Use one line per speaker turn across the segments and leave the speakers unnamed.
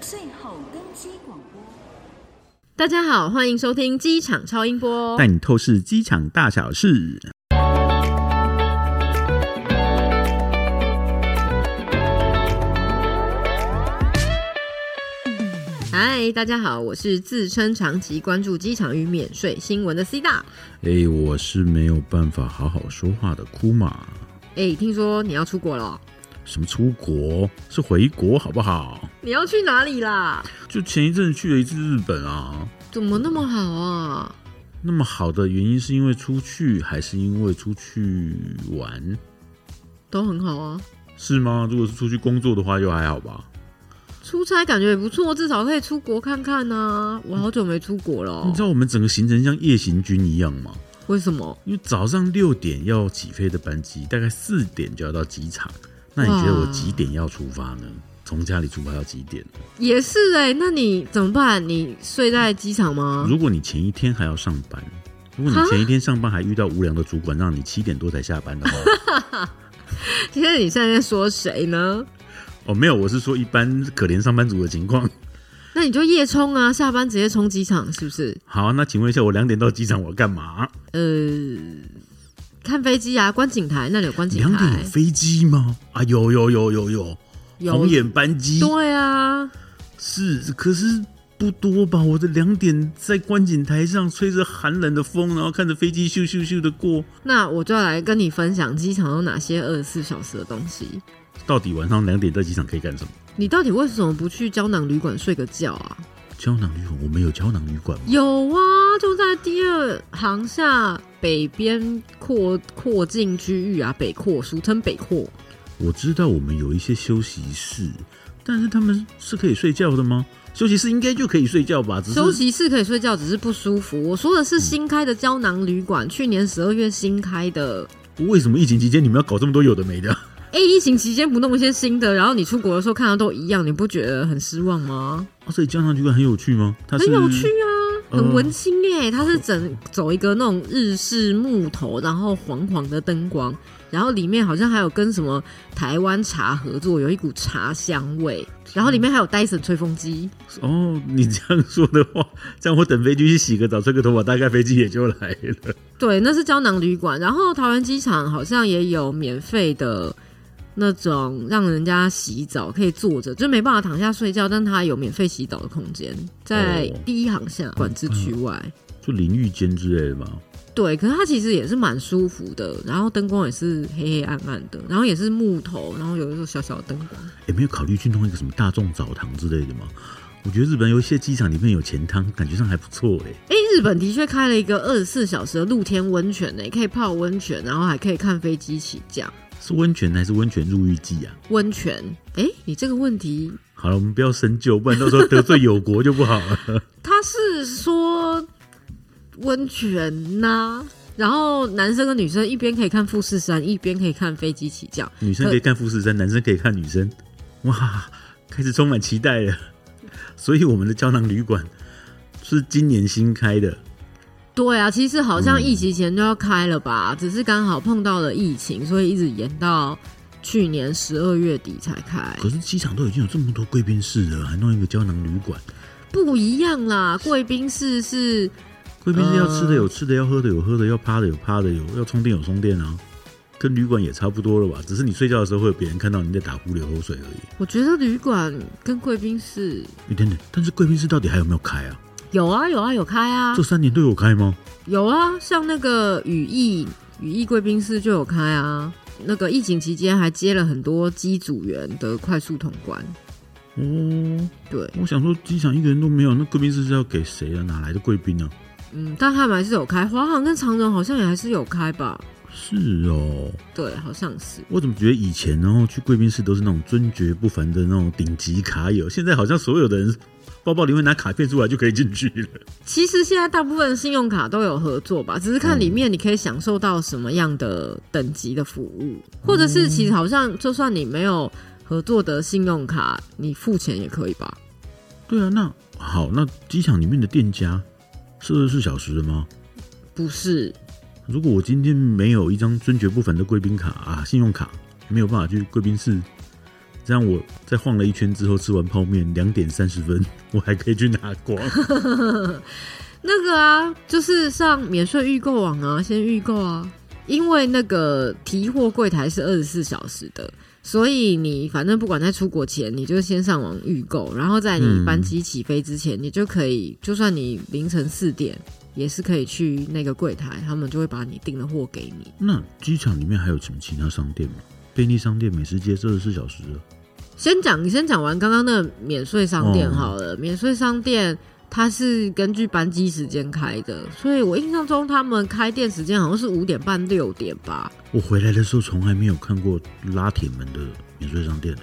最后更新广播。
大家好，欢迎收听机场超音波。
带你透视机场大小事。
嗨，大家好，我是自称长期关注机场与免税新闻的 C 大。
哎，我是没有办法好好说话的哭嘛。
哎，听说你要出国了哦，
什么出国是回国好不好？
你要去哪里啦？
就前一阵去了一次日本啊，
怎么那么好啊？
那么好的原因是因为出去，还是因为出去玩？
都很好啊，
是吗？如果是出去工作的话，就还好吧。
出差感觉也不错，至少可以出国看看啊。我好久没出国了哦
嗯你知，道我们整个行程像夜行军一样吗？
为什么？
因为早上六点要起飞的班机，大概四点就要到机场。那你觉得我
哇
几点要出发呢？从家里出发要几点？
也是哎、那你怎么办？你睡在机场吗？
如果你前一天还要上班，如果
啊
你前一天上班还遇到无良的主管，让你七点多才下班的 话，
现在你现在在说谁呢？
哦，没有，我是说一般可怜上班族的情况。
那你就夜冲啊，下班直接冲机场是不是？
好，啊那请问一下，我两点到机场我要干嘛？
呃，看飞机啊，观景台那里有观景
两点
台
有，飞机吗？啊，有有有有有，红眼班机
对啊，
是，可是不多吧？我这两点在观景台上吹着寒冷的风，然后看着飞机咻咻咻的过，
那我就来跟你分享机场有哪些二十四小时的东西。
到底晚上两点在机场可以干什么？
你到底为什么不去胶囊旅馆睡个觉啊？
胶囊旅馆，我们有胶囊旅馆吗？
有啊，就在第二航下北边扩扩进区域啊，北扩，俗称北扩。
我知道我们有一些休息室，但是他们是可以睡觉的吗？休息室应该就可以睡觉吧？只是嗯
休息室可以睡觉，只是不舒服。我说的是新开的胶囊旅馆，去年十二月新开的。
为什么疫情期间你们要搞这么多有的没的？
哎、疫情期间不弄一些新的，然后你出国的时候看到都一样，你不觉得很失望吗？
啊、所以胶囊旅馆很有趣吗？它是嗯
很有趣啊，很文青哎、它是整走一个那种日式木头，然后黄黄的灯光，然后里面好像还有跟什么台湾茶合作，有一股茶香味，然后里面还有 Dyson 吹风机。
哦。你这样说的话， 这样我等飞机去洗个澡、吹个头发，大概飞机也就来了。
对，那是胶囊旅馆。然后桃园机场好像也有免费的那种让人家洗澡，可以坐着，就没办法躺下睡觉，但它有免费洗澡的空间，在
哦
第一航线管制区外。
就淋浴间之类的吧。
对，可是它其实也是蛮舒服的，然后灯光也是黑黑暗暗的，然后也是木头，然后有一种小小的灯光。哎
也没有考虑去弄一个什么大众澡堂之类的吗？我觉得日本有一些机场里面有钱汤，感觉上还不错哎、
哎，日本的确开了一个二十四小时的露天温泉呢、可以泡温泉，然后还可以看飞机起降。
是温泉还是温泉入浴剂啊？
温泉，哎，你这个问题
好了，我们不要深究，不然到时候得罪友国就不好了。
他是说温泉呐、然后男生跟女生一边可以看富士山，一边可以看飞机起降。
女生可以看富士山，男生可以看女生。哇，开始充满期待了。所以我们的胶囊旅馆是今年新开的，
对啊，其实好像疫情前就要开了吧，只是刚好碰到了疫情，所以一直延到去年十二月底才开。
可是机场都已经有这么多贵宾室了，还弄一个胶囊旅馆。
不一样啦，贵宾室是
贵宾室要吃的有吃的，要喝的有喝的，要趴的有趴的，有要充电有充电啊，跟旅馆也差不多了吧？只是你睡觉的时候会有别人看到你在打呼流口水而已。
我觉得旅馆跟贵宾室
一等等，但是贵宾室到底还有没有开啊？
有啊有啊有开啊
这三年都有开吗？
有啊，像那个羽翼羽翼贵宾室就有开啊。那个疫情期间还接了很多机组员的快速通关，
哦，
对，
我想说机场一个人都没有，那贵宾室是要给谁啊？哪来的贵宾啊？
嗯，但他们还是有开，华航跟长荣好像也还是有开吧，
是哦，
对，好像是。
我怎么觉得以前然后去贵宾室都是那种尊爵不凡的那种顶级卡友，现在好像所有的人包包里面拿卡片出来就可以进去了。
其实现在大部分信用卡都有合作吧，只是看里面你可以享受到什么样的等级的服务，或者是其实好像就算你没有合作的信用卡，你付钱也可以吧。
对啊，那好，那机场里面的店家是二十四小时的吗？
不是，
如果我今天没有一张尊爵不凡的贵宾卡啊，信用卡，没有办法去贵宾室，这样我在晃了一圈之后，吃完泡面两点三十分， 我还可以去拿光。
那个啊，就是上免税预购网啊，先预购啊，因为那个提货柜台是二十四小时的，所以你反正不管在出国前，你就先上网预购，然后在你
嗯
班机起飞之前，你就可以，就算你凌晨四点。也是可以去那个柜台，他们就会把你订的货给你。
那机场里面还有什么其他商店吗？便利商店、美食街，这二十四小时啊。
先讲，你先讲完刚刚那免税商店
哦
好了。免税商店它是根据班机时间开的，所以我印象中他们开店时间好像是五点半六点吧。
我回来的时候从来没有看过拉铁门的免税商店嘞、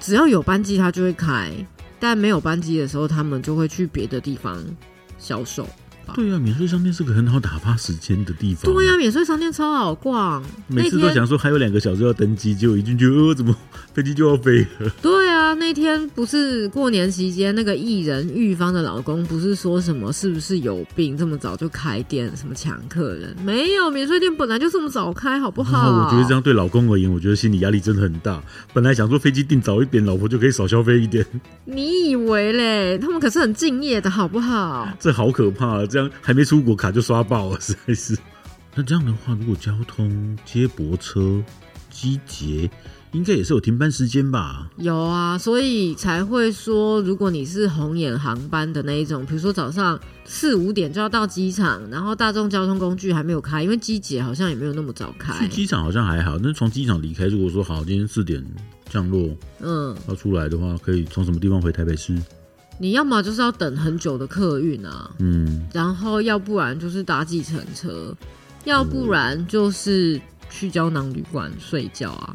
只要有班机，它就会开；但没有班机的时候，他们就会去别的地方销售。
对啊，免税商店是个很好打发时间的地方。啊
对呀、免税商店超好逛。
每次都
那天
想说还有两个小时要登机，结果一进去，呃，怎么飞机就要飞了？
对啊，那天不是过年期间，那个艺人玉芳的老公不是说什么是不是有病，这么早就开店，什么抢客人？没有，免税店本来就这么早开，好不好？
啊我觉得这样对老公而言，我觉得心理压力真的很大。本来想说飞机订早一点，老婆就可以少消费一点，
你以为嘞？他们可是很敬业的，好不好？
这好可怕啊！这样还没出国卡就刷爆了，实在是。那这样的话，如果交通、接驳车、机捷，应该也是有停班时间吧？
有啊，所以才会说，如果你是红眼航班的那一种，比如说早上四五点就要到机场，然后大众交通工具还没有开，因为机捷好像也没有那么早
去
开。
机场好像还好，那从机场离开，如果说好，今天四点降落
嗯，
要出来的话，可以从什么地方回台北市？
你要么就是要等很久的客运啊，
嗯，
然后要不然就是搭计程车，要不然就是去胶囊旅馆睡觉啊。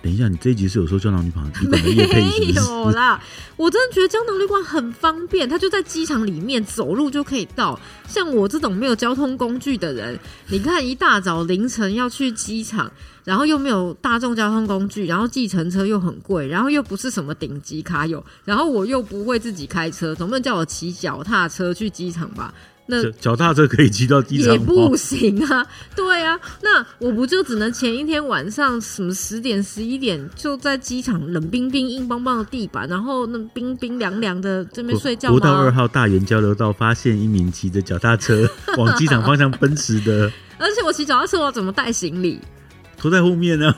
等一下，你这一集是有说胶囊女旁旅馆的夜配是
没
不是？
有啦，我真的觉得胶囊旅馆很方便，它就在机场里面，走路就可以到。像我这种没有交通工具的人，你看一大早凌晨要去机场，然后又没有大众交通工具，然后计程车又很贵，然后又不是什么顶级卡友，然后我又不会自己开车，总不能叫我骑脚踏车去机场吧？那
脚脚踏车可以骑到机场
也
吗
不行啊，对啊，那我不就只能前一天晚上什么十点十一点就在机场冷冰冰、硬邦邦的地板，然后那冰冰凉凉的这边
国
睡觉
国道二
吗？
号大园交流道发现一名骑着脚踏车往机场方向奔驰的，
而且我骑脚踏车，我怎么带行李？
拖在后面呢、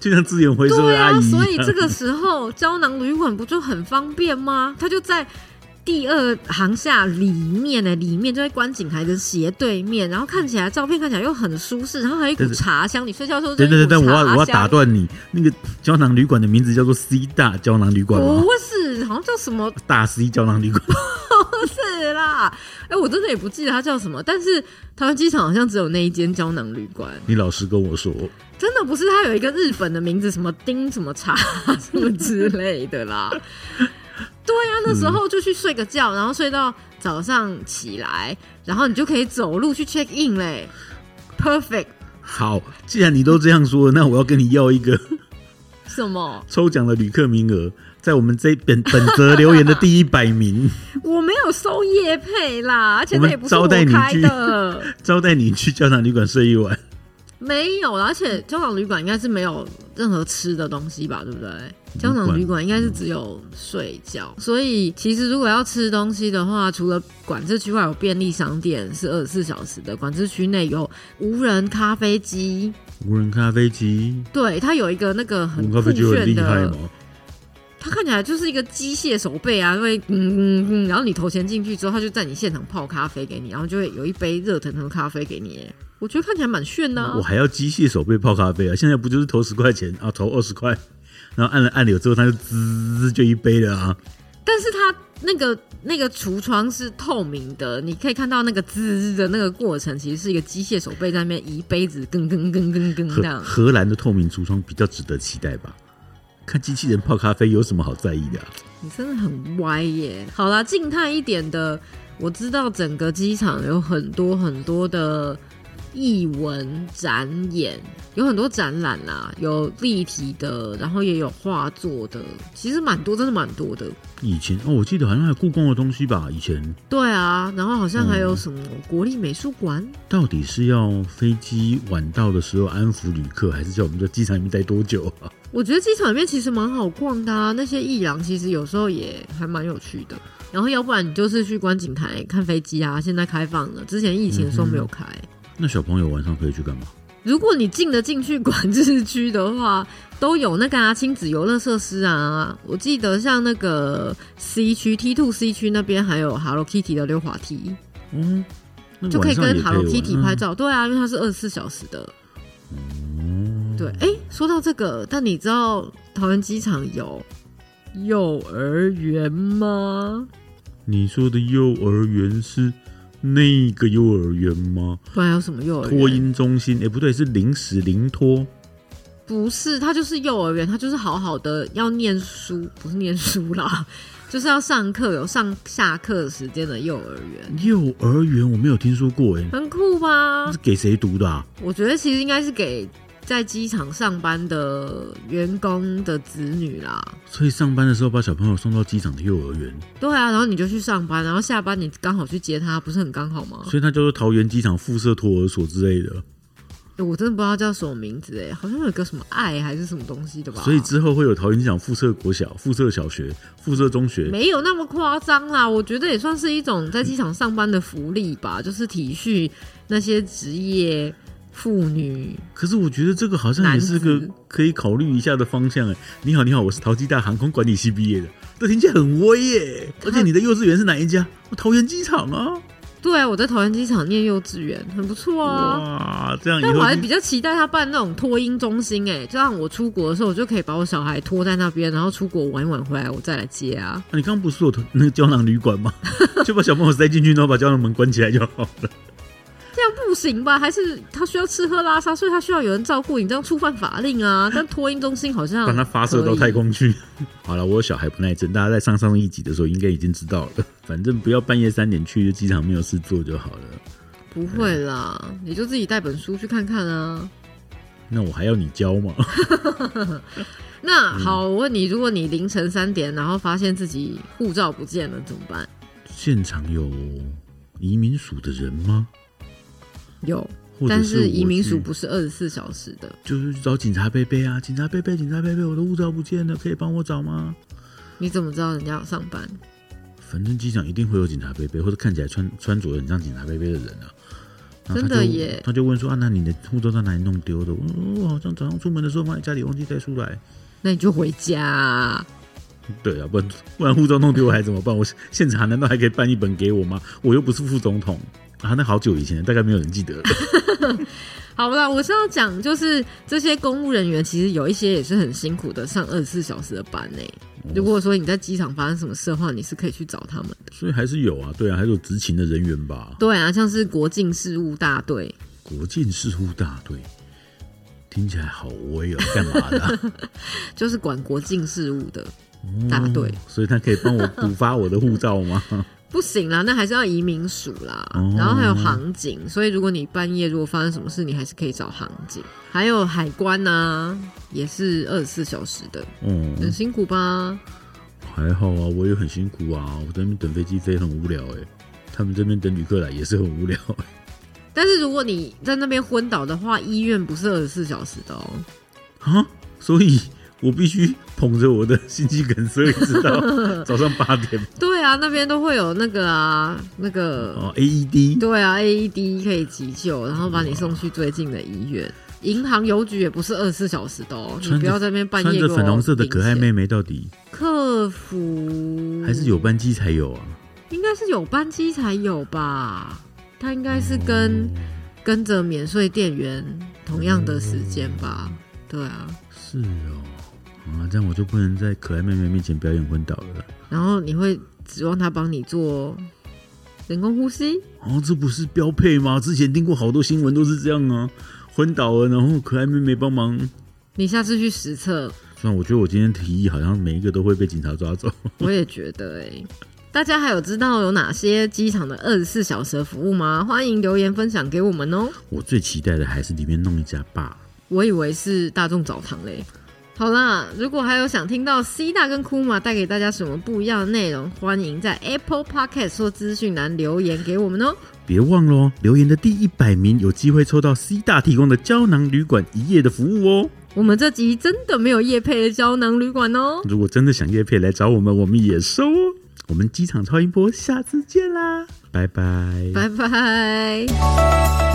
就像资源回收
对
的阿
啊，
姨一样、
所以这个时候胶囊旅馆不就很方便吗？它就在第二航厦里面呢、里面就在观景台的斜对面，然后看起来照片看起来又很舒适，然后还有一股
但是
茶香，你睡觉的时候就
对对
一
对，
股
但我要
茶
我要
香
打断你，那个胶囊旅馆的名字叫做 C 大胶囊旅馆吗？
不是，好像叫什么
大 C 胶囊旅馆，
是啦，哎、我真的也不记得它叫什么，但是台湾机场好像只有那一间胶囊旅馆，
你老实跟我说，
真的不是它有一个日本的名字，什么丁什么茶什么之类的啦。 对啊，那时候就去睡个觉，然后睡到早上起来，然后你就可以走路去 check in 嘞，perfect。
好，既然你都这样说，那我要跟你要一个
什么？
抽奖的旅客名额，在我们这本本则留言的第一百名，
我没有收夜配啦，而且那
我们
也不是我
招待你
开
去
的。
招待你去胶囊旅馆睡一晚。
没有啦，而且胶囊旅馆应该是没有任何吃的东西吧，对不对？胶囊旅馆应该是只有睡觉，所以其实如果要吃东西的话，除了管制区外有便利商店是二十四小时的，管制区内有无人咖啡机，
无人咖啡机，
对，它有一个那个
无
很
人
酷
咖啡机很
炫
厉害
的，
吗？
它看起来就是一个机械手背啊，因为嗯嗯嗯，然后你投钱进去之后，它就在你现场泡咖啡给你，然后就会有一杯热腾腾的咖啡给你，我觉得看起来蛮炫的、啊
我。还要机械手背泡咖啡啊！现在不就是投十块钱啊，投二十块，然后按了按钮之后，它就滋就一杯了啊！
但是它那个那个橱窗是透明的，你可以看到那个滋的那个过程，其实是一个机械手背在那边移杯子，跟跟跟跟跟这
荷
样。
荷兰的透明橱窗比较值得期待吧？看机器人泡咖啡有什么好在意的、啊？
你真的很歪耶。好啦，静态一点的，我知道整个机场有很多很多的艺文展演，有很多展览啦，有立体的，然后也有画作的，其实蛮多，真的蛮多的。
以前哦，我记得好像还有故宫的东西吧，以前
对啊，然后好像还有什么国立美术馆，
到底是要飞机晚到的时候安抚旅客，还是叫我们在机场里面待多久啊？
我觉得机场里面其实蛮好逛的啊，那些艺廊其实有时候也还蛮有趣的。然后要不然你就是去观景台看飞机啊，现在开放了，之前疫情的时候没有开。
那小朋友晚上可以去干嘛？
如果你进得进去管制区的话，都有那个啊亲子游乐设施啊。我记得像那个 C 区 T two C 区那边还有 Hello Kitty 的溜滑梯，
嗯，那
就可以
晚上
跟
也
Hello
玩
Kitty 拍。照。对啊，因为它是二十四小时的。
嗯
对，哎、说到这个，但你知道桃园机场有幼儿园吗？
嗯你说的幼儿园是那个幼儿园吗？
不然有什么幼儿
托
园？
婴中心？哎、不对，是临时临托。
不是，它就是幼儿园，它就是好好的要念书，不是念书啦， 就是要上课，有上下课时间的幼儿园，
幼儿园我没有听说过、哎，
很酷吧
那是？给谁读的、啊？
我觉得其实应该是给在机场上班的员工的子女啦。
所以上班的时候把小朋友送到机场的幼儿园，
对啊，然后你就去上班，然后下班你刚好去接他，不是很刚好吗？
所以它叫做桃园机场附设托儿所之类的。
欸我真的不知道叫什么名字哎，好像有一个什么爱还是什么东西的吧？
所以之后会有桃园机场附设国小、附设小学、附设中学。
没有那么夸张啦，我觉得也算是一种在机场上班的福利吧，就是体恤那些职业妇女。
可是我觉得这个好像也是
男
个
子
可以考虑一下的方向哎。你好，你好，我是桃机大航空管理系毕业的，这听起来很 威耶。而且你的幼稚园是哪一家？我桃园机场啊。
对啊，我在桃园机场念幼稚园，很不错啊。
哇，这样以
但我
后
还
就
比较期待他办那种托婴中心哎，就让我出国的时候，我就可以把我小孩托在那边，然后出国玩一玩回来，我再来接啊。
啊你刚刚不是说有那个胶囊旅 馆吗？就把小朋友塞进去，然后把胶囊门关起来就好了。
这样不行吧？还是他需要吃喝拉撒，所以他需要有人照顾你，这样触犯法令啊。但托婴中心好像
把它发射
嗯
到
可以
太空去。 好了，我有小孩不耐症，大家在上上一集的时候应该已经知道了。 反正不要半夜三点去机场没有事做就好了。
不会啦，
嗯
你就自己带本书去看看啊。
那我还要你教吗？
那好，我问你，如果你凌晨三点，然后发现自己护照不见了，怎么办？
现场有移民署的人吗？
有，
或者
但
是我
移民
去
署不是二十四小时的，
就是去找警察贝贝啊？警察贝贝，警察贝贝，我的护照不见了，可以帮我找吗？
你怎么知道人家有上班？
反正机场一定会有警察贝贝，或者看起来穿穿着很像警察贝贝的人啊。然后
真
他
的
就
耶
他就问说：“啊，那你的护照在哪里弄丢的？”我说哦我好像早上出门的时候放在家里，忘记带出来。
那你就回家啊、
对啊，
嗯
不然不然护照弄丢我还怎么办？我现场难道还可以办一本给我吗？我又不是副总统啊！那好久以前，大概没有人记得了。
好啦，我是要讲，就是这些公务人员其实有一些也是很辛苦的，上二十四小时的班呢、如果说你在机场发生什么事的话，你是可以去找他们的。
所以还是有啊，对啊，还是有执勤的人员吧。
对啊，像是国境事务大队，
国境事务大队听起来好威哦，干嘛的啊、
就是管国境事务的 大队。
哦所以他可以帮我补发我的护照 吗？
不行啦，那还是要移民署啦，
哦
然后还有航警，所以如果你半夜如果发生什么事，你还是可以找航警，还有海关啊，也是二十四小时的，
哦，
很辛苦吧？
还好啊，我也很辛苦啊，我在那边等飞机飞很无聊哎、他们这边等旅客来也是很无聊、
但是如果你在那边昏倒的话，医院不是二十四小时的哦。
啊，所以我必须捧着我的心肌梗塞，一 直到早上八点
对啊，那边都会有那个啊，那个
哦，AED
对啊，AED 可以急救，然后把你送去最近的医院。银行、邮局也不是二十四小时的哦，你
穿着
不要在那边半
穿
夜。
着粉红色的可爱妹，妹到底
客服
还是有班机才有啊？
应该是有班机才有吧？他应该是
哦
跟、跟着免税店员同样的时间吧？对啊，
是哦，啊，这样我就不能在可爱妹妹面前表演昏倒了。
然后你会指望他帮你做人工呼吸？
哦，这不是标配吗？之前听过好多新闻都是这样啊，昏倒了，然后可爱妹妹帮忙。
你下次去实测，
虽然我觉得我今天提议好像每一个都会被警察抓走，
我也觉得哎、大家还有知道有哪些机场的二十四小时的服务吗？欢迎留言分享给我们哦。
我最期待的还是里面弄一家 bar。
我以为是大众澡堂嘞。好啦，如果还有想听到 C 大跟库玛带给大家什么不一样的内容，欢迎在 Apple Podcast 或资讯栏留言给我们哦。
别忘了哦，留言的第一百名有机会抽到 C 大提供的胶囊旅馆一夜的服务哦。
我们这集真的没有夜配的胶囊旅馆哦。
如果真的想夜配来找我们，我们也收哦。我们机场超音波，下次见啦，拜拜。
拜拜。